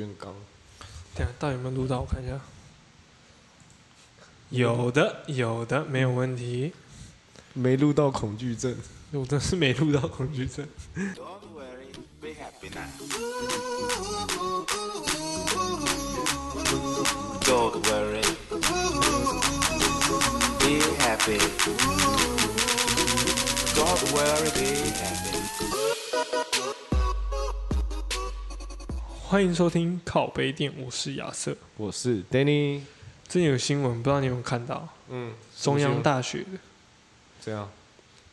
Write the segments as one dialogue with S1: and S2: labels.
S1: 运刚，
S2: 等一下到底有没有录到？我看一下。有的，有的，没有问题。
S1: 没录到恐惧症。
S2: 我真是没录到恐惧症。
S3: Don't worry, be happy now. Don't worry, be happy. Don't worry, be happy.
S2: 欢迎收听靠杯店，我是亚瑟。
S1: 我是 Danny。
S2: 最近有新闻，不知道你有没有看到？
S1: 嗯，
S2: 中央大学的，
S1: 这样。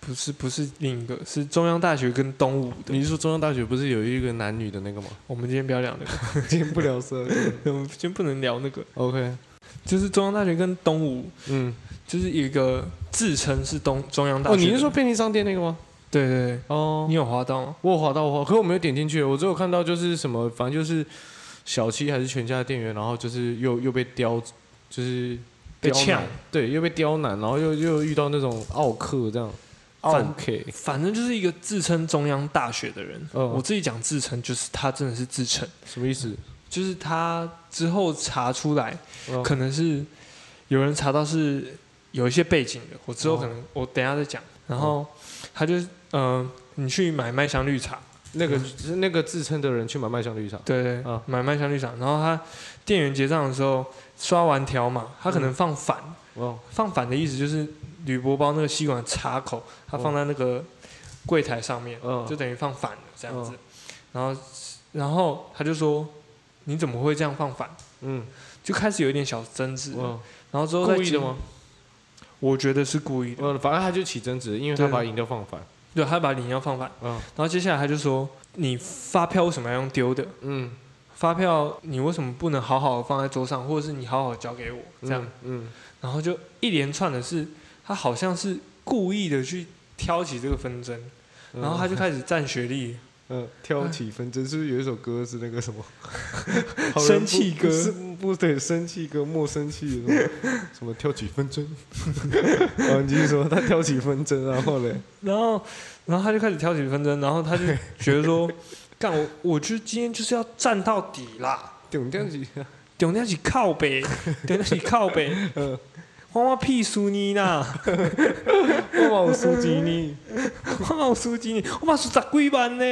S2: 不是不是另一个，是中央大学跟东吴的。
S4: 你是说中央大学不是有一个男女的那个吗
S2: 我们今天不要聊那个，
S1: 今天不聊色。
S2: 我们今天不能聊那个。
S4: ？OK，
S2: 就是中央大学跟东吴，
S4: 嗯，
S2: 就是一个自称是东中央大
S4: 哦，
S2: 学的。
S4: 你是说便利商店那个吗？
S2: 对对对，
S4: 哦
S2: 你，有滑到吗？
S4: 我有滑到我滑，可我没有点进去，我只有看到就是什么，反正就是小七还是全家的店员，然后就是又又被刁，就是
S2: 被
S4: 刁难
S2: 呛，
S4: 对，又被刁难，然后又又遇到那种奥客这样，
S2: 反
S4: 奥 K，
S2: 反正就是一个自称中央大学的人。
S4: 嗯
S2: 我自己讲自称，就是他真的是自称，
S4: 什么意思？
S2: 就是他之后查出来，
S4: 哦
S2: 可能是有人查到是有一些背景的。我之后
S4: 哦
S2: 可能、我等一下再讲。然后他就嗯、呃你去买麦香绿茶，
S4: 那个是那个自称的人去买麦香绿茶，
S2: 对哦对，
S4: 嗯
S2: 买麦香绿茶。然后他店员结账的时候刷完条码，他可能放反，
S4: 哦，
S2: 放反的意思就是铝箔包那个吸管的插口，它放在那个柜台上面，
S4: 哦嗯
S2: 就等于放反了这样子。然后，然后他就说：“你怎么会这样放反
S4: 嗯，？”
S2: 就开始有一点小争执。
S4: 哦，
S2: 然后之后在
S4: 故意的吗？？
S2: 我觉得是故意的。
S4: 呃，反正他就起争执，因为他
S2: 对啊
S4: 把饮料放反，
S2: 对，他把领要放反。
S4: 嗯
S2: 然后接下来他就说：“你发票为什么要用丢的？
S4: 嗯
S2: 发票你为什么不能好好地放在桌上，或者是你好好地交给我？”这样，
S4: 嗯，
S2: 然后就一连串的是，他好像是故意的去挑起这个纷争。
S4: 嗯，
S2: 然后他就开始占学历，
S1: 嗯，挑起纷争是不是有一首歌是那个 什么？好人不
S2: 生气歌
S1: 不是不对，生气歌莫生气什么 什么挑起纷争。哦，你继续说，他挑起纷争，然后嘞，
S2: 然后，然后他就开始挑起纷争，然后他就觉得 说，干我，我就今天就是要站到底啦，
S1: 顶这样子，
S2: 顶那起靠 北，顶那起靠北，花花屁输你啦，
S1: 我哦把我收集你。
S2: 花花输你，我把输十几万呢。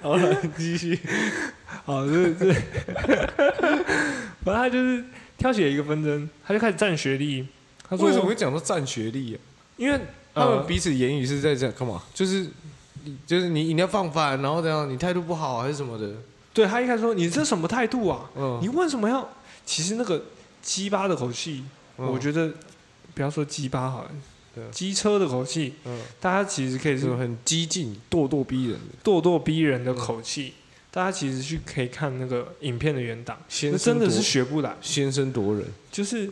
S1: 好了，你继续。
S2: 好，这这， 反正他就是挑起了一个纷争，他就开始占学历。 他说
S4: 为什么会讲到占学历啊？
S2: 因为
S4: 他
S2: 呃
S4: 们彼此言语是在讲干嘛？就是你就是你饮料放反，然后怎样？你态度不
S1: 啊
S4: 好还是什么的？
S2: 对他一开始说你这什么态度啊？
S4: 嗯，
S2: 你为什么要？其实那个鸡巴的口气，
S4: 嗯
S2: 我觉得不要说鸡巴好了
S4: 对啊，
S2: 机车的口气，
S4: 嗯，
S2: 大家其实可以
S4: 就是是很激进、咄咄逼人的，
S2: 咄咄逼人的口气，大家其实去可以看那个影片的原档，
S4: 先
S2: 那
S4: 声
S2: 真的是
S4: 夺
S2: 学不来，
S4: 先声夺人。
S2: 就是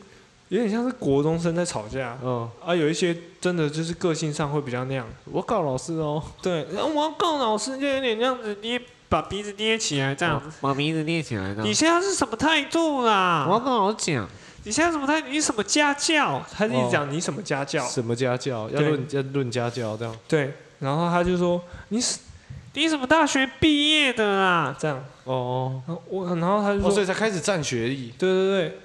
S2: 有点像是国中生在吵架。
S4: 嗯，
S2: 啊，有一些真的就是个性上会比较那样，
S4: 我告老师哦，
S2: 对，然后我要告老师，就有点那样子捏，把鼻子捏起来这样子。
S5: 把名字念起
S3: 啊
S5: 来呢。
S2: 你现在是什么态度
S5: 我要
S2: 啦？
S5: 跟我讲，
S2: 你现在什么态？你什么家教？他就一直讲你什么家教，
S4: 什么家教要
S2: 对
S4: 论要论家教这样。
S2: 对，然后他就说你是你什么大学毕业的啦？这样，
S4: 哦
S2: 然后我然后他就
S4: 哦
S2: 说、
S4: 哦，所以才开始占学历。
S2: 对对对，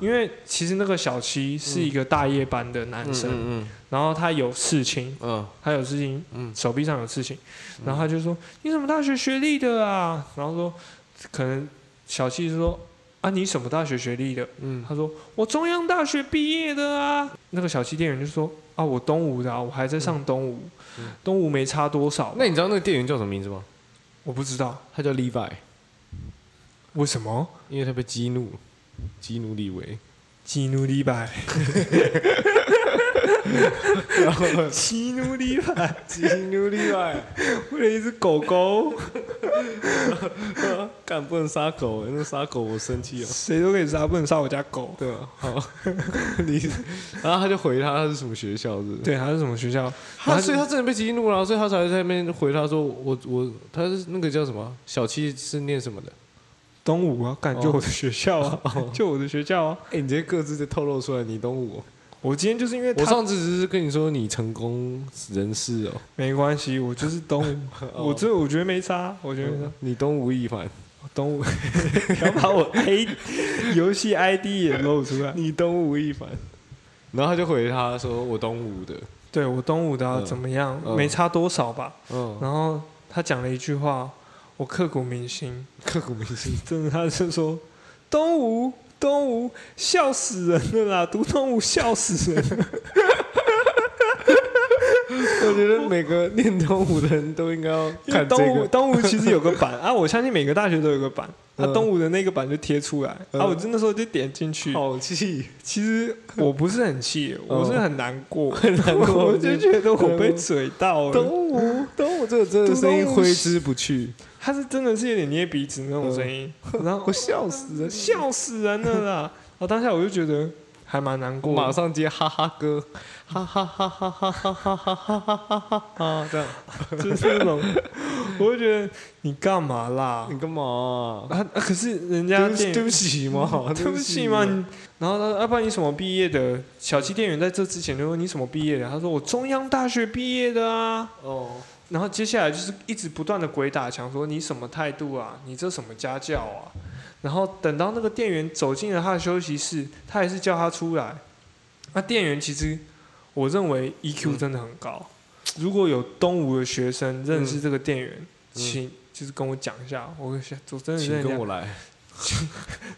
S2: 因为其实那个小七是一个大夜班的男生，
S4: 嗯
S2: 然后他有事情，
S4: 嗯嗯
S2: 他有事情，
S4: 嗯
S2: 手臂上有事情，然后他就说你什么大学学历的啊？然后说可能小七就说啊你什么大学学历的？
S4: 嗯
S2: 他说我中央大学毕业的啊。那个小七店员就说啊我东吴的啊，我还在上东吴，东吴没差多少。
S4: 那你知道那个店员叫什么名字吗？
S2: 我不知道
S4: 他叫 Levi，
S2: 为什么
S4: 因为他被激怒，激怒李维。
S2: 基努里百，
S1: 然后呢
S2: 基努里百
S1: 激怒例 外，
S2: 为了一只狗狗，
S1: 干不能杀狗，
S4: 欸
S1: 那杀狗我生气哦。
S2: 谁都可以杀，不能杀我家狗。
S1: 对啊，好， 你，然后他就回他他是什么学校是不是？
S2: 对，他是什么学校？
S4: 他所以他真的被激怒了，所以他才在那边回他说我我他是那个叫什么小七是念什么的？
S2: 东吴啊，干就我的学校啊，就我的学校啊。
S1: 哎、你这些各自就透露出来，你懂我？
S2: 我今天就是因为
S4: 我
S2: 他
S4: 上次只是跟你说你成功人士哦，
S1: 啊
S4: 嗯
S2: 没关系，我就是东吴，我这我觉得没差，我觉得没差。
S1: 你东吴亦凡，
S2: 东吴，要把我 A 游戏 ID 也露出来。
S1: 你东吴亦凡，
S4: 然后他就回他说我东吴的，
S2: 对我东吴的啊
S4: 嗯
S2: 怎么样？
S4: 嗯
S2: 没差多少吧。
S4: 嗯，
S2: 然后他讲了一句话，我刻骨铭心，
S1: 刻骨铭 心。
S2: 真的，他是说东吴。东吴笑死人了啦！读东吴笑死人了，
S1: 我觉得每个念东吴的人都应该要
S2: 因 为
S1: 看这
S2: 东吴
S1: 个。
S2: 东吴其实有个 版啊，我相信每个大学都有个版，那、
S1: 嗯
S2: 东吴的那个版就贴出来、
S1: 嗯
S2: 啊，我真的时候就点进去，
S1: 好气，
S2: 其实我不是很气，我是很难过，
S1: 很难过
S2: 我就觉得 我
S1: 很难
S2: 被
S1: 过
S2: 嘴到了。
S1: 嗯东吴，东吴这个真的声音挥之不去，
S2: 他是真的是有点捏鼻子那
S1: 嗯
S2: 种声音，然后
S1: 我笑死了，笑，
S2: 笑死人了啦！ 然后当下我就觉得还蛮难过的，
S4: 马上接哈哈哥，哈哈哈哈哈哈哈哈哈哈哈哈哈，这样
S2: 就是那种，我就觉得你干嘛啦？
S4: 你干嘛啊？
S2: 啊啊！可是人
S1: 对
S2: 家
S1: 不起
S2: 店
S1: 对不起嘛，
S2: 对不起嘛，你然后他说：“要、不然你什么毕业的？”小七店员在这之前就说：“你什么毕业的？”他说：“我中央大学毕业的啊。”
S4: 哦，
S2: 然后接下来就是一直不断的鬼打墙，说你什么态度啊？你这什么家教啊？然后等到那个店员走进了他的休息室，他还是叫他出来。那店员其实我认为 EQ
S4: 嗯
S2: 真的很高。如果有东吴的学生认识这个店员，请就是跟我讲一下，我想我真
S4: 嗯
S2: 的
S4: 请
S2: 认
S4: 跟我来，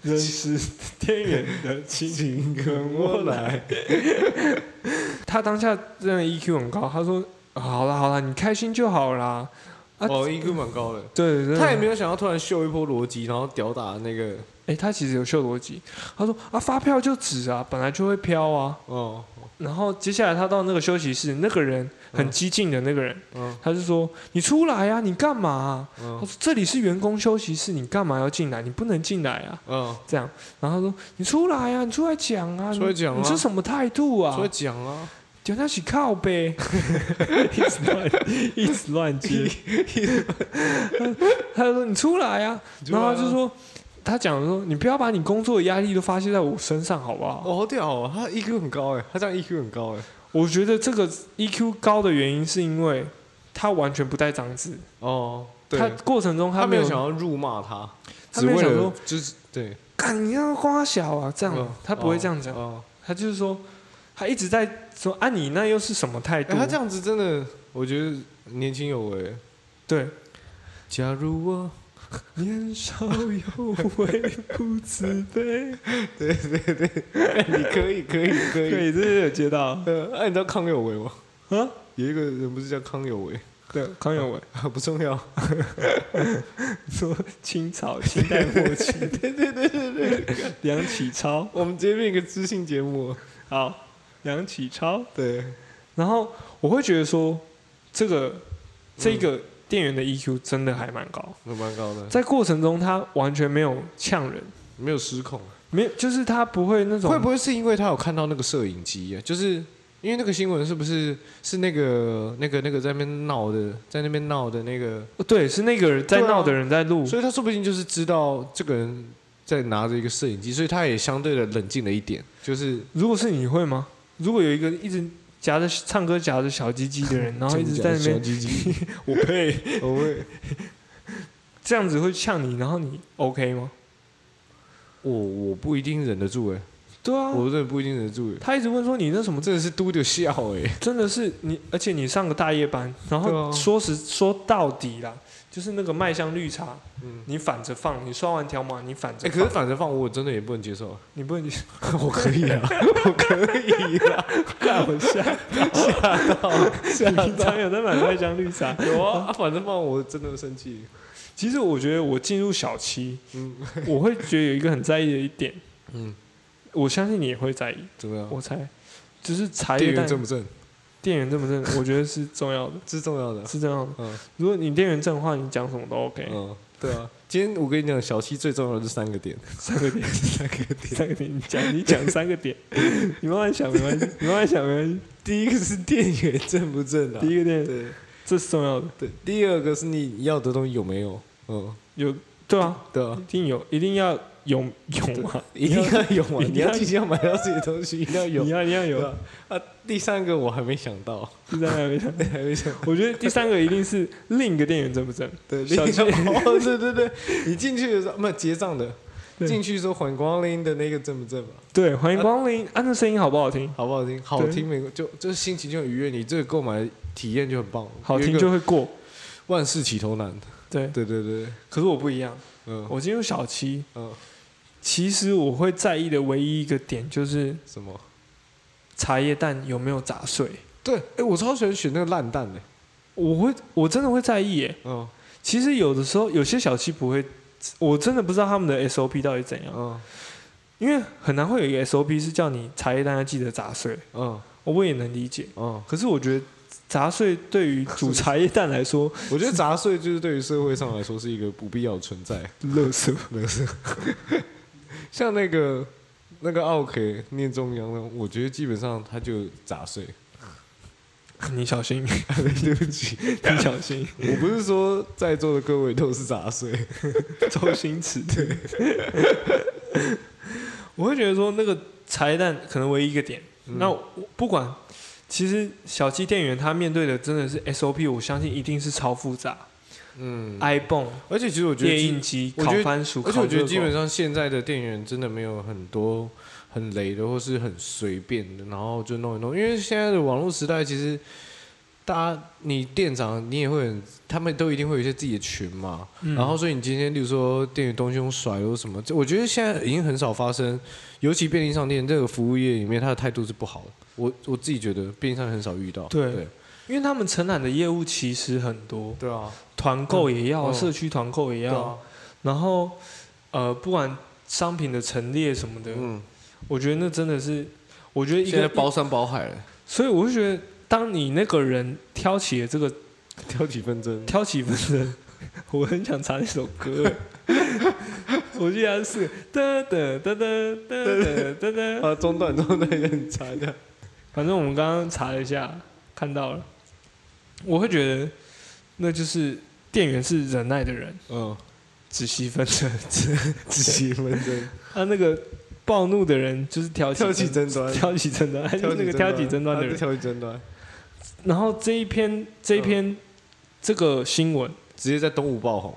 S2: 认识 店员的，
S1: 请跟我来，
S2: 他当下真的 EQ 很高。他说：“啊好啦好啦，你开心就好啦。啊
S4: 哦，EQ 蛮高的。
S2: 对”对，
S4: 他也没有想要突然秀一波逻辑，然后吊打那个
S2: 哎、他其实有秀逻辑，他说啊，发票就纸啊，本来就会飘啊。
S4: 哦，
S2: 然后接下来他到那个休息室，那个人很激进的那个人，
S4: 嗯
S2: 他就说你出来啊，你干嘛、啊？他
S4: 嗯
S2: 说这里是员工休息室，你干嘛要进来？你不能进来啊。
S4: 嗯，
S2: 这样，然后他说你出来啊，你出来讲啊，
S4: 出来讲啊
S2: 你你这什么态度啊
S4: 出？来讲啊，
S2: 讲那起 靠呗，一直乱一直乱 接，他就说你出来啊，
S4: 出来
S2: 然
S4: 啊
S2: 后他就说他讲说你不要把你工作的压力都发泄在我身上好不好？
S4: 哦，好屌哦，他 EQ 很高哎，他这样 EQ 很高哎，
S2: 我觉得这个 EQ 高的原因是因为他完全不带脏字，
S4: 哦，
S2: 他
S4: 对，
S2: 过程中
S4: 他
S2: 没
S4: 没有想要辱骂他，
S2: 他
S4: 只
S2: 没有
S4: 为
S2: 想
S4: 了
S2: 说
S4: 就是对
S2: 干你让花小啊这
S4: 这
S2: 样，他不会这样讲，
S4: 哦，
S2: 他就是说他一直在说啊你那又是什么态
S4: 哎
S2: 度？
S4: 他这样子真的，我觉得年轻有为。
S2: 对。
S4: 假如我
S2: 年少有为不自卑，
S4: 你可以可以可以，
S2: 对，这是有接到。
S4: 呃，哎，你知道康有为吗？
S2: 啊，
S4: 有一个人不是叫康有为，
S2: 对，康有为
S4: 不重要，
S2: 说清 朝清代末期，对对对对对，梁启超，
S4: 我们今天变一个知性节目，
S2: 好，梁启超。
S4: 对，
S2: 然后我会觉得说，这个这个店员的 EQ 真的还蛮高，
S4: 那蛮高的，
S2: 在过程中他完全没有呛人，
S4: 没有失控。啊
S2: 没有，就是他不会那种
S4: 会不会是因为他有看到那个摄影机啊？就是因为那个新闻是不是是那个那个那个在那边闹的，在那边闹的那个，
S2: 对，是那个人在
S4: 对啊
S2: 闹的人在录，
S4: 所以他说不定就是知道这个人在拿着一个摄影机，所以他也相对的冷静了一点，就是
S2: 如果是你会吗？如果有一个一直夹着唱歌夹着小鸡鸡的 人，然后一直在那边，
S4: 鸡鸡，
S2: 我呸，
S4: 我会，
S2: 这样子会呛你，然后你 OK 吗？
S4: 我我不一定忍得住哎，
S2: 对啊，
S4: 我真的不一定忍得住哎，
S2: 他一直问说你那什么，
S4: 真的是嘟的笑哎，
S2: 真的是你，而且你上个大夜班，然
S4: 对
S2: 后
S4: 啊
S2: 说实说到底啦，就是那个麦香绿茶，
S4: 嗯
S2: 你反着放，你刷完条码你反着
S4: 哎，
S2: 放，
S4: 可是反正放我真的也不能接受，啊
S2: 你不能，
S4: 我可以啊，我可以啊，
S2: 看我吓吓到，你平常有在买麦香绿茶？
S4: 有 啊，啊反正放我真的生气，
S2: 其实我觉得我进入小七，
S4: 嗯
S2: 我会觉得有一个很在意的一点，
S4: 嗯，
S2: 我相信你也会在意，
S4: 怎么样？
S2: 我猜，就是茶叶
S4: 店
S2: 蛋
S4: 员正不正？
S2: 店员正不正，我觉得是重要的，
S4: 这是重要的。
S2: 是这样的。
S4: 嗯
S2: 如果你店员正的话，你讲什么都 OK。
S4: 嗯，对啊。今天我跟你讲，小七最重要的是三个点。
S2: 三个点，三个点，三个点，你讲，你讲三 个点，你慢慢想，没关系，你慢慢想，没关系。
S4: 第一个是店员正不正啊
S2: 第？一个 点，
S4: 对
S2: 这是重要的，
S4: 对。第二个是你要的东西有没有？嗯，
S2: 有对啊，
S4: 对啊
S2: 一，定有，一定要有有嘛，
S4: 一定要有啊！
S2: 一定
S4: 你
S2: 要
S4: 要自己要买到自己的东西，一定要有
S2: 你。要你要
S4: 对
S2: 有
S4: 啊，啊，第三个我还没想到，
S2: 是在那边。
S4: 还没想到。
S2: 我觉得第三个一定是另一个店员正不正？
S4: 对，
S2: 小
S4: 另一
S2: 姐
S4: 个哦，对对对，你进去的时候，没有结账的，
S2: 对
S4: 进去说欢迎光临的那个正不正吧？
S2: 对，欢迎光临。啊，那声音好不好 听？
S4: 好不好听？好听没？就就是心情就很愉悦，你这个购买体验就很棒，
S2: 好
S4: 有一
S2: 听
S4: 个
S2: 就会过。
S4: 万事起头难。
S2: 对，
S4: 对对对，
S2: 可是我不一样，
S4: 嗯
S2: 我进入小七，
S4: 嗯，
S2: 其实我会在意的唯一一个点就是
S4: 什么？
S2: 茶叶蛋有没有砸碎。
S4: 对，哎，我超喜欢选那个烂蛋的。
S2: 我会，我真的会在意耶。
S4: 嗯
S2: 其实有的时候有些小七不会，我真的不知道他们的 SOP 到底怎样，
S4: 嗯
S2: 因为很难会有一个 SOP 是叫你茶叶蛋要记得砸碎。
S4: 嗯
S2: 我也能理解，
S4: 嗯，
S2: 可是我觉得砸碎对于煮茶叶蛋来说，
S4: 我觉得杂碎就是对于社会上来说是一个不必要的存在。
S2: 乐色。
S4: 没事。 像那个那个奥 K 念中央呢，我觉得基本上他就杂碎。
S2: 你小心，
S4: 对不起，
S2: 你小心，
S4: 我不是说在座的各位都是杂碎。
S2: 周星驰。对， 我会觉得说那个茶叶蛋可能唯一一个点，
S4: 嗯
S2: 那我不管。其实小七店员他面对的真的是 SOP，我相信一定是超复杂。
S4: 嗯，
S2: iPhone、
S4: 而且其实我觉得
S2: 电印
S4: 基，
S2: 机、
S4: 我
S2: 烤
S4: 觉得
S2: 番薯，
S4: 而且我觉
S2: 烤热
S4: 得基本
S2: 狗
S4: 上现在的店员真的没有很多很雷的，或是很随便的，然后就弄一弄。因为现在的网络时代，其实大家你店长你也会很，他们都一定会有一些自己的群嘛。
S2: 嗯
S4: 然后，所以你今天，例如说店员东西用甩或什么，这我觉得现在已经很少发生。尤其便利商店这个服务业里面，他的态度是不好的。我我自己觉得便利商店很少遇到。
S2: 对
S4: 对
S2: 因为他们承揽的业务其实很多，
S4: 对啊，
S2: 团购也要，
S4: 嗯
S2: 社区团购也
S4: 对
S2: 要，
S4: 啊，
S2: 然后呃，不管商品的陈列什么的，
S4: 嗯，
S2: 我觉得那真的是，我觉得一
S4: 现在
S2: 个，
S4: 包山包海了，
S2: 所以我就觉得，当你那个人挑起了这个
S4: 挑几分针。
S2: 挑起纷争，我很想唱那首歌， 哎我记得它是哒哒哒哒哒哒哒哒，
S4: 啊， 中断中断也很差的。
S2: 反正我们刚刚查了一下，看到了，我会觉得那就是店员是忍耐的人，
S4: 嗯，
S2: 仔细纷争，
S4: 自己分 针，
S2: 他、啊那个暴怒的人就是挑 起
S4: 挑起争端，
S2: 挑起争端，还是那个挑起争端
S4: 他
S2: 的
S4: 是
S2: 人。
S4: 挑起争端，
S2: 然后这一篇这一
S4: 嗯
S2: 篇、这个新闻
S4: 直接在东吴爆红，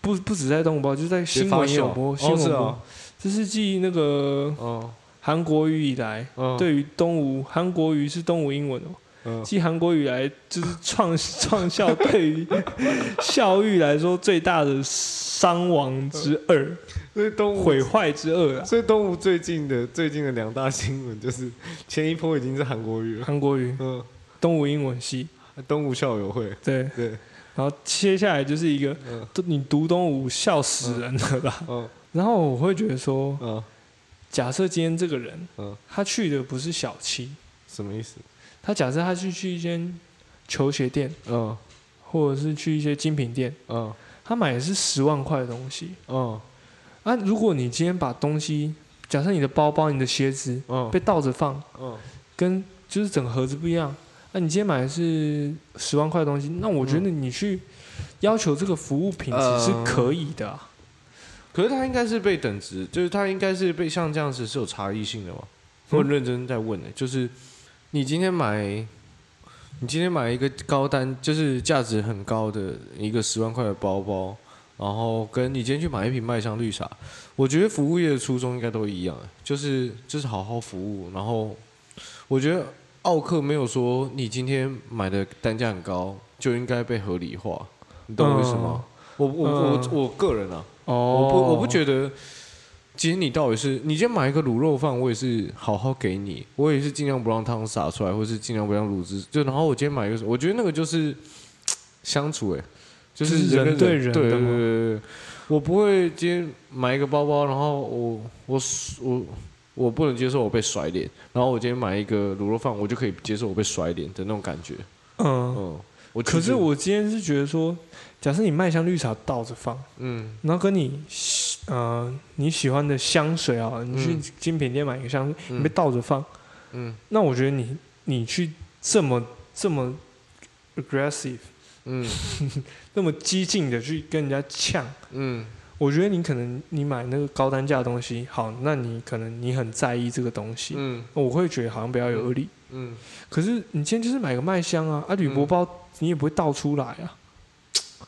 S2: 不不止在动物报，就是在新闻也有播，新
S4: 哦
S2: 闻
S4: 是
S2: 播、
S4: 啊，
S2: 这是继那个
S4: 哦，
S2: 韩国语以来，
S4: 嗯，
S2: 对于东吴韩国语是东吴英文哦，
S4: 嗯，
S2: 继韩国语以来就是创 创校对于校誉来说最大的伤亡之二，
S4: 所以东吴
S2: 毁，坏之二啊，
S4: 所以东吴最近的最近的两大新闻就是前一波已经是韩国语了，
S2: 韩国语
S4: 嗯，
S2: 东吴英文系
S4: 东吴校友会，
S2: 对。
S4: 对，
S2: 然后接下来就是一个，
S4: 嗯
S2: 都你读东吴笑死人了吧？
S4: 嗯
S2: 然后我会觉得说，
S4: 嗯，
S2: 假设今天这个人，
S4: 嗯
S2: 他去的不是小七，
S4: 什么意思？
S2: 他假设他是去一间球鞋店，
S4: 嗯
S2: 或者是去一些精品店，
S4: 嗯
S2: 他买的是十万块的东西。
S4: 嗯
S2: 啊，如果你今天把东西，假设你的包包、你的鞋子
S4: 嗯
S2: 被倒着放，
S4: 嗯，
S2: 跟就是整个盒子不一样，那、你今天买的是十万块的东西，那我觉得你去要求这个服务品质是可以的、啊。
S4: 可是他应该是被等值，就是他应该是被像这样子是有差异性的嘛？我很认真在问呢、就是你今天买，你今天买一个高单，就是价值很高的一个十万块的包包，然后跟你今天去买一瓶麦香绿茶，我觉得服务业的初衷应该都一样、欸就是就是好好服务。然后我觉得奥克没有说你今天买的单价很高就应该被合理化，你懂我意思吗？我我我
S2: 嗯
S4: 我个人啊，
S2: 哦
S4: 我不我不觉得，今天你到底是你今天买一个卤肉饭，我也是好好给你，我也是尽量不让汤洒出来，或是尽量不让卤汁。就然后我今天买一个，我觉得那个就是相处、欸，就
S2: 就是是人
S4: 跟
S2: 对人
S4: 对
S2: 的
S4: 对
S2: 嘛
S4: 对对，我不会今天买一个包包，然后我我我我不能接受我被甩脸，然后我今天买一个卤肉饭，我就可以接受我被甩脸的那种感觉。
S2: 嗯，
S4: 嗯，我其
S2: 可
S4: 实
S2: 是我今天是觉得说，假设你麦香绿茶倒着放，
S4: 嗯
S2: 然后跟你喜呃你喜欢的香水啊，你去
S4: 嗯
S2: 精品店买一个香水，
S4: 嗯
S2: 你被倒着放，
S4: 嗯
S2: 那我觉得你你去这么这么 aggressive，
S4: 嗯
S2: 那么激进的去跟人家呛，
S4: 嗯，
S2: 我我觉得你可能你买那个高单价的东西，好，那你可能你很在意这个东西，
S4: 嗯
S2: 我会觉得好像比较有理。
S4: 嗯，
S2: 可是你今天就是买个麦香啊，啊铝箔包你也不会倒出来啊，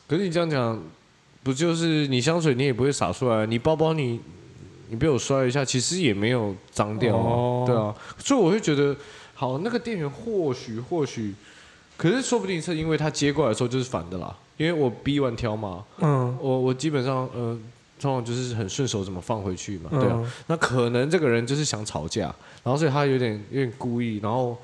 S4: 可是你这样讲，不就是你香水你也不会洒出来，你包包你你被我摔一下，其实也没有脏掉啊，
S2: 哦
S4: 对啊，所以我会觉得，好，那个店员或许或许，可是说不定是因为他接过来的时候就是反的啦，因为我逼完挑嘛，
S2: 嗯，
S4: 我我基本上呃，通常就是很顺手怎么放回去嘛，
S2: 嗯
S4: 对啊，，那可能这个人就是想吵架，然后所以他有点有点故意，然后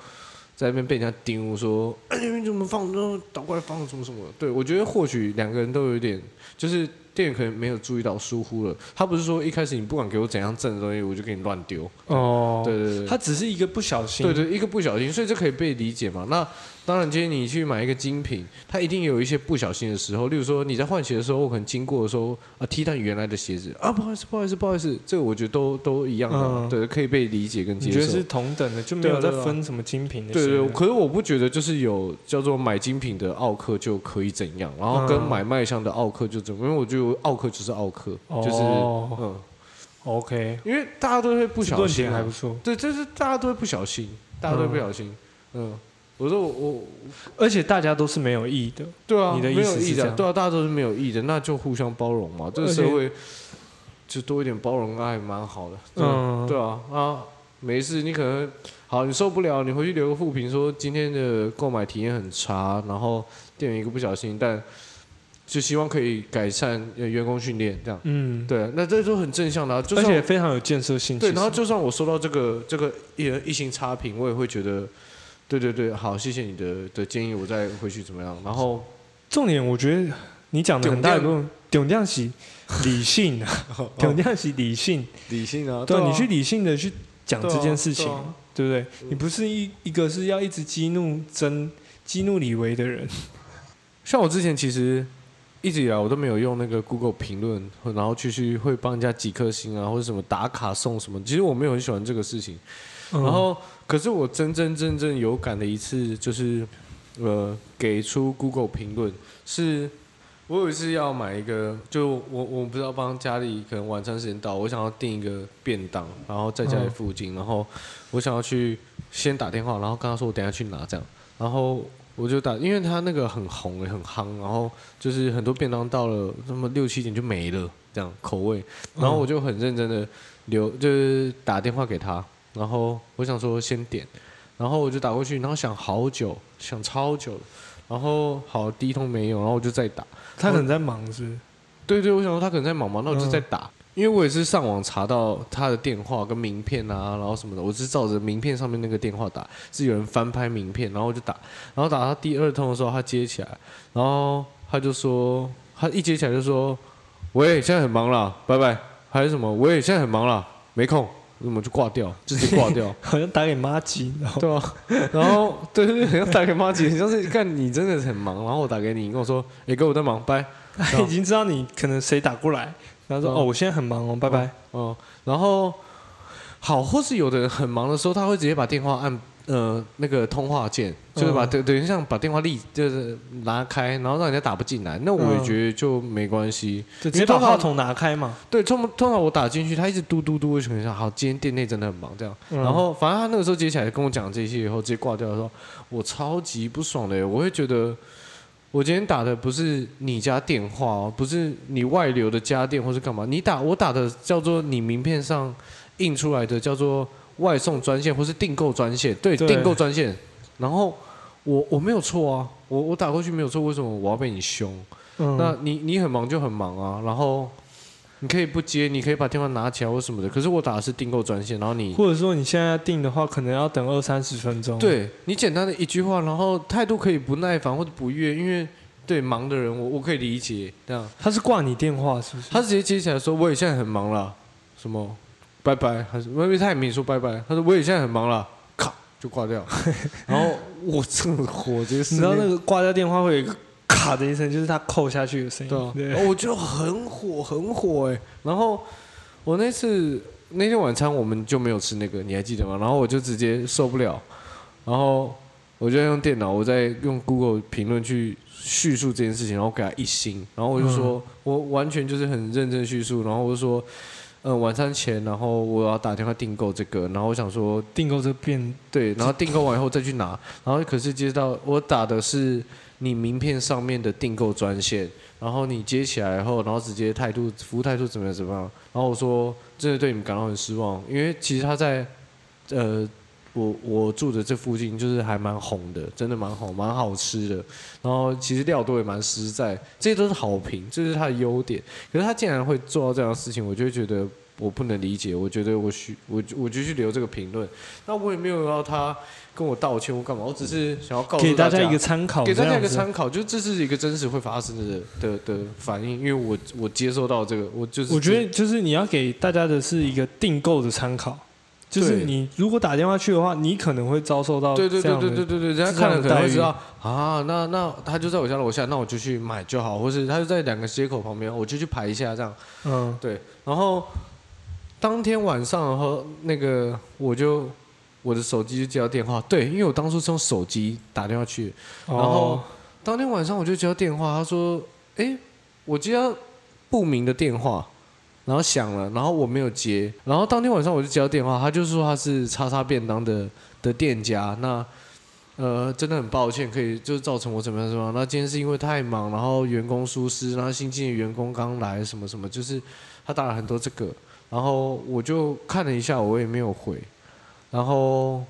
S4: 在那边被人家盯我说，哎、你们怎么放，都倒过来放什么什么的。对我觉得或许两个人都有点，就是店员可能没有注意到疏忽了。他不是说一开始你不管给我怎样正的东西，我就给你乱丢。
S2: 哦，
S4: 对对对，
S2: 它只是一个不小心，
S4: 对对，一个不小心，所以这可以被理解嘛。那当然，今天你去买一个精品，它一定有一些不小心的时候。例如说，你在换鞋的时候，我可能经过的时候啊，踢到你原来的鞋子啊，不好意思，不好意思，不好意思，这个我觉得都都一样的嘛，
S2: 嗯
S4: 对，可以被理解跟接
S2: 你
S4: 受。
S2: 觉得是同等的，就没
S4: 对啊
S2: 有再
S4: 对啊
S2: 分什么精品的，
S4: 对对，可是我不觉得就是有叫做买精品的奥克就可以怎样，然后跟
S2: 嗯
S4: 买卖相的奥克就怎么，因为我觉得奥克就是奥克，就是、
S2: 哦
S4: 嗯，
S2: ，OK，
S4: 因为大家都会不
S2: 不
S4: 小心、
S2: 还
S4: 啊
S2: 不，错，
S4: 对，就是大家都会不小心，大家都会不小心，嗯，我说我我
S2: 而且大家都是没有意的，
S4: 对啊，
S2: 你的意思
S4: 没有
S2: 是
S4: 意
S2: 这
S4: 的，
S2: 样
S4: 对啊，大家都是没有意的，那就互相包容嘛。这个
S2: 而且
S4: 社会就多一点包容爱，蛮好的。对啊
S2: 嗯，
S4: 对啊，啊，没事，你可能好，你受不了，你回去留个负评，说今天的购买体验很差，然后店员一个不小心，但就希望可以改善呃员工训练这样。
S2: 嗯，
S4: 对啊，那这都很正向的、啊，就
S2: 而
S4: 算
S2: 且非常有建设性，
S4: 对，
S2: 其实
S4: 然后就算我收到这个这个一人一星差评，我也会觉得，对对对，好，谢谢你的的建议，我再回去怎么样，然 后。
S2: 重点我觉得你讲的很大一部分，董亮喜理 性啊，董亮喜理性，
S4: 理性哦啊，
S2: 对啊，
S4: 啊，
S2: 你去理性的去讲这件事情
S4: 对啊，
S2: 对不对？你不是一一个是要一直激怒真激怒李维的人，
S4: 像我之前其实一直以来我都没有用那个 Google 评论，然后去去会帮人家几颗星啊，或者什么打卡送什么。其实我没有很喜欢这个事情。
S2: 嗯
S4: 然后，可是我真真正正有感的一次就是，呃，给出 Google 评论是。我有一次要买一个，就我我不知道帮家里可能晚餐时间到，我想要订一个便当，然后在家里附近，然后我想要去先打电话，然后跟他说我等一下去拿这样，然后我就打，因为他那个很红也很夯，然后就是很多便当到了那么六七点就没了这样口味，然后我就很认真的留就是打电话给他，然后我想说先点，然后我就打过去，然后想好久，想超久了，然后好第一通没有，然后我就再打。
S2: 他可能在忙是不是，
S4: 对对，我想说他可能在忙嘛，那我就在打，因为我也是上网查到他的电话跟名片啊，然后什么的，我是照着名片上面那个电话打，是有人翻拍名片，然后我就打，然后打他第二通的时候，他接起来，然后他就说，他一接起来就说，喂，现在很忙啦，拜拜，还是什么，喂，现在很忙啦，没空，那么就挂掉，就直接挂掉。
S2: 好像打给妈吉，然后
S4: 对啊，然后对对对，很像打给妈姐，很像是看你真的很忙，然后我打给你，你跟我说，哎、哥我在忙，拜。
S2: 他
S5: 嗯
S2: 已经知道你可能谁打过来，然后说
S4: 嗯
S2: 哦，我现在很忙哦，拜
S5: 嗯
S2: 拜。
S4: 哦，然后好，或是有的人很忙的时候，他会直接把电话按呃那个通话键，就是把
S2: 嗯
S4: 等等于像把电话立就是拿开，然后让人家打不进来。那我也
S2: 嗯
S4: 觉得就没关系。
S2: 就直
S4: 因
S2: 接
S4: 为
S2: 把
S4: 通常
S2: 话筒拿开嘛，
S4: 对，通通常我打进去，他一直嘟嘟嘟，我就想想，好，今天店内真的很忙这样。
S2: 嗯
S4: 然后反正他那个时候接起来跟我讲这些以后，直接挂掉的时候，我超级不爽的耶，我会觉得。我今天打的不是你家电话哦，不是你外流的家电或是干嘛，你打我打的叫做你名片上印出来的叫做外送专线或是订购专线，对，
S2: 对
S4: 订购专线。然后我我没有错啊，我我打过去没有错，为什么我要被你凶？
S2: 嗯，
S4: 那你你很忙就很忙啊，然后你可以不接，你可以把电话拿起来或什么的。可是我打的是订购专线，然后你
S2: 或者说你现在要订的话，可能要等二三十分钟。，
S4: 对你简单的一句话，然后态度可以不耐烦或者不悦，因为对忙的人我我可以理解这样。
S2: 他是挂你电话是不是？
S4: 他直接接起来说：“我也现在很忙了，什么拜拜？”还是因为他也没说拜拜，他说：“我也现在很忙了。”咔就挂 掉，然后我这个火直接
S2: 你
S4: 撕
S2: 知
S4: 裂
S2: 道那个挂掉电话会有一个咔的一声，就是他扣下去的声
S4: 对啊
S2: 音。，
S4: 然后我就很火很火哎、然后我那次那天晚餐我们就没有吃那个，你还记得吗？然后我就直接受不了，然后我就在用电脑，我在用 Google 评论去叙述这件事情，然后给他一星，然后我就说，我完全就是很认真叙述，然后我就说，嗯，晚餐前，然后我要打电话订购这个，然后我想说，
S5: 订购这变
S4: 对，然后订购完以后再去拿，然后可是接到我打的是你名片上面的订购专线，然后你接起来后，然后直接态度服务态度怎么样怎么样，然后我说真的对你们感到很失望，因为其实他在呃我我住的这附近就是还蛮红的，真的蛮红蛮好吃的，然后其实料多也蛮实在，这些都是好评，这是他的优点，可是他竟然会做到这样的事情，我就会觉得。我不能理解，我觉得我需我就我就去留这个评论，那我也没有要他跟我道歉或干嘛，我只是想要告
S2: 哦
S4: 诉
S5: 给大
S4: 家
S5: 家一个参考，
S4: 给大
S5: 哦这
S4: 家一
S5: 样
S4: 个
S5: 子
S4: 参考，就是这是一个真实会发生的的的反应，因为我我接受到这个，我就是
S5: 我觉得就是你要给大家的是一个订购的参考，就是
S4: 对
S5: 你如果打电话去的话，你可能会遭受到
S4: 对对
S5: 这
S4: 对
S5: 样
S4: 对对
S5: 的
S4: 对对，人家看了可能会知道啊，那那他就在我家楼下，那我就去买就好，或是他就在两个街口旁边，我就去排一下这样。
S5: 嗯
S4: 对，然后当天晚上，然后那个我就我的手机就接到电话，对，因为我当初是用手机打电话去，
S5: 哦
S4: 然后当天晚上我就接到电话，他说：“诶，我接到不明的电话，然后响了，然后我没有接。然后当天晚上我就接到电话，他就说他是叉叉便当的的店家，那呃真的很抱歉，可以就是造成我怎么样怎么样。那今天是因为太忙，然后员工疏失，然后新进的员工刚来，什么什么，就是他打了很多这个。然后我就看了一下，我也没有回，然后。”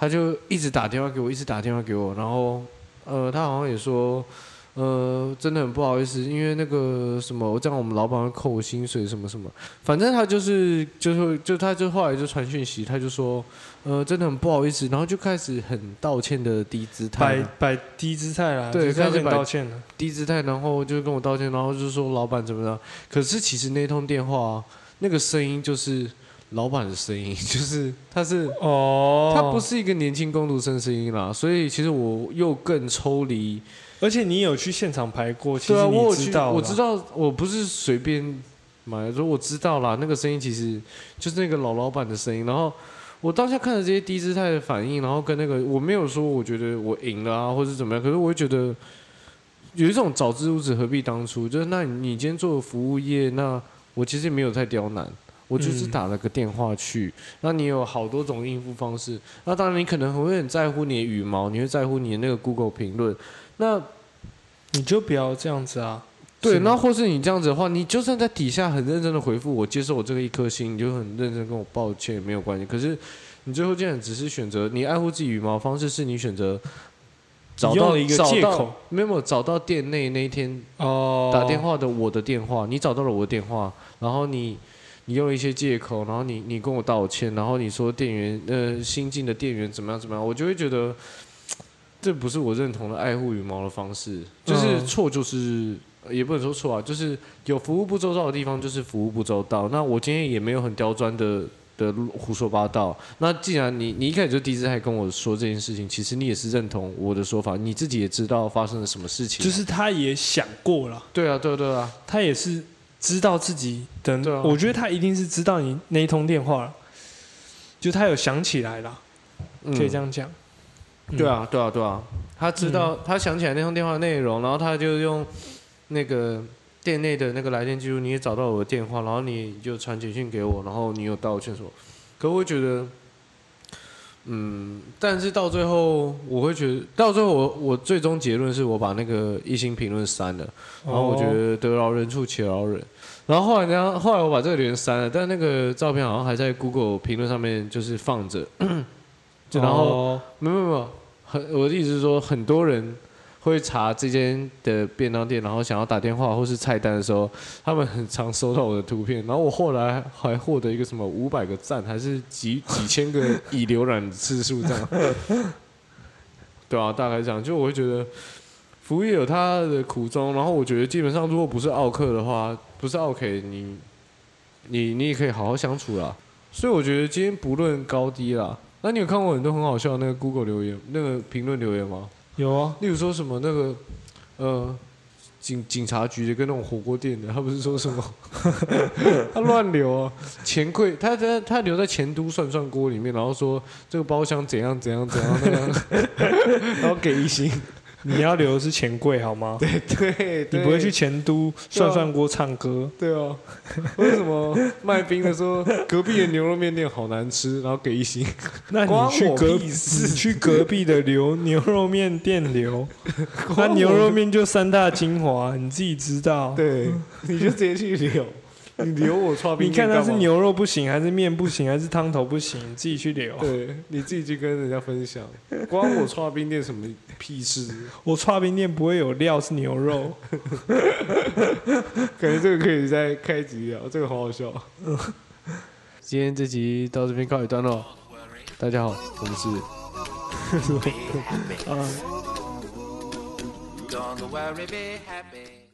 S4: 他就一直打电话给我，一直打电话给我，然后呃，他好像也说，呃，真的很不好意思，因为那个什么，这样我们老板会扣我薪水什么什么，反正他就是就是就他就后来就传讯息，他就说，呃，真的很不好意思，然后就开始很道歉的低姿态
S2: 摆，摆低姿态啦，
S4: 对
S2: 就是要
S4: 开始
S2: 跟你
S4: 摆
S2: 道歉了。
S4: 低姿态，然后就跟我道歉，然后就说老板怎么样，可是其实那通电话啊那个声音就是老板的声音， 就是他是
S2: 哦，
S4: 他不，是一个年轻工读生声音啦，所以其实我又更抽离。
S2: 而且你有去现场排过，其
S4: 对啊，
S2: 实
S4: 我
S2: 你
S4: 有
S2: 知
S4: 去，
S2: 道，
S4: 我知，道，我不是随便买的，说我知道啦，那个声音其实就是那个老老板的声音。然后我当下看着这些低姿态的反应，然后跟那个我没有说我觉得我赢了啊，或者怎么样，可是我会觉得有一种早知如此何必当初，就是那你你今天做服务业，那我其实也没有太刁难。我就是
S2: 嗯
S4: 打了个电话去，那你有好多种应付方式。那当然，你可能会很在乎你的羽毛，你会在乎你的那个 Google 评论。那
S2: 你就不要这样子啊。
S4: 对，
S2: 是吗
S4: 那或是你这样子的话，你就算在底下很认真的回复我，接受我这个一颗星，你就很认真跟我抱歉，没有关系。可是你最后竟然只是选择你爱护自己羽毛的方式，是你选择找
S2: 你用
S4: 到
S2: 了一个
S4: 找到
S2: 借口，
S4: 没有没有找到店内那一天
S2: 哦，
S4: 打电话的我的电话，你找到了我的电话，然后你你用了一些借口，然后你你跟我道歉，然后你说店员呃新进的店员怎么样怎么样，我就会觉得这不是我认同的爱护羽毛的方式，就是
S2: 嗯
S4: 错就是。呃也不能说错啊，就是有服务不周到的地方，就是服务不周到。那我今天也没有很刁钻的的胡说八道。那既然你你一开始就第一次还跟我说这件事情，其实你也是认同我的说法，你自己也知道发生了什么事情。啊
S2: 就是他也想过了，
S4: 对啊，对啊对啊，
S2: 他也是知道自己的，
S4: 对啊
S2: 我觉得他一定是知道你那一通电话了，就他有想起来了，
S4: 嗯
S2: 可以这样讲。嗯
S4: 对啊，对啊，对啊，他知道，他想起来那通电话的内容，然后他就用那个店内的那个来电记录，你也找到我的电话，然后你就传简讯给我，然后你有道歉说，可我会觉得，嗯，但是到最后，我会觉得，嗯到最后我我最终结论是我把那个一星评论删了，
S2: 哦
S4: 然后我觉得得饶人处且饶人。然后后来人家后来我把这个留言删了，但那个照片好像还在 Google 评论上面就是放着，就然后
S2: 哦
S4: 没有没有没有，很我的意思是说，很多人会查这间的便当店，然后想要打电话或是菜单的时候，他们很常收到我的图片。然后我后来还获得一个什么五百个赞，还是几几千个已浏览次数这样。 对啊，大概这样。就我会觉得服务业有它的苦衷，然后我觉得基本上如果不是奥克的话，不是奥 K，你你你也可以好好相处啦。所以我觉得今天不论高低啦，那你有看过很多很好笑的那个 Google 留言、那个评论留言吗？
S2: 有啊，
S4: 例如说什么那个呃警警察局的跟那种火锅店的，他不是说什么 他乱留啊，钱柜他他他留在钱都涮涮锅里面，然后说这个包厢怎样怎样怎样那样， 然后给一星，
S2: 你要留的是钱柜好吗？
S4: 对，
S2: 你
S4: 对
S2: 不会去前都涮涮锅唱歌，
S4: 对哦，为什么卖冰的说隔壁的牛肉面店好难吃，然后给一星？
S2: 那
S4: 关
S2: 你去
S4: 我
S2: 隔
S4: 屁
S2: 你去隔壁的留牛肉面店 留，那牛肉面就三大精华，你自己知道。
S4: 对，你就直接去 留，你留我刷冰
S2: 你
S4: 店
S2: 看
S4: 干
S2: 它
S4: 嘛，
S2: 是牛肉不行，还是面不行，还是汤头不行，你自己去留。
S4: 对，你自己去跟人家分享，关我刷冰店什么屁事？
S2: 我串冰店不会有料是牛肉，
S4: 感觉这个可以再开集聊，这个好好笑。 今天这集到这边告一段落，大家好，我们是
S3: Be happy. Don't worry, be happy.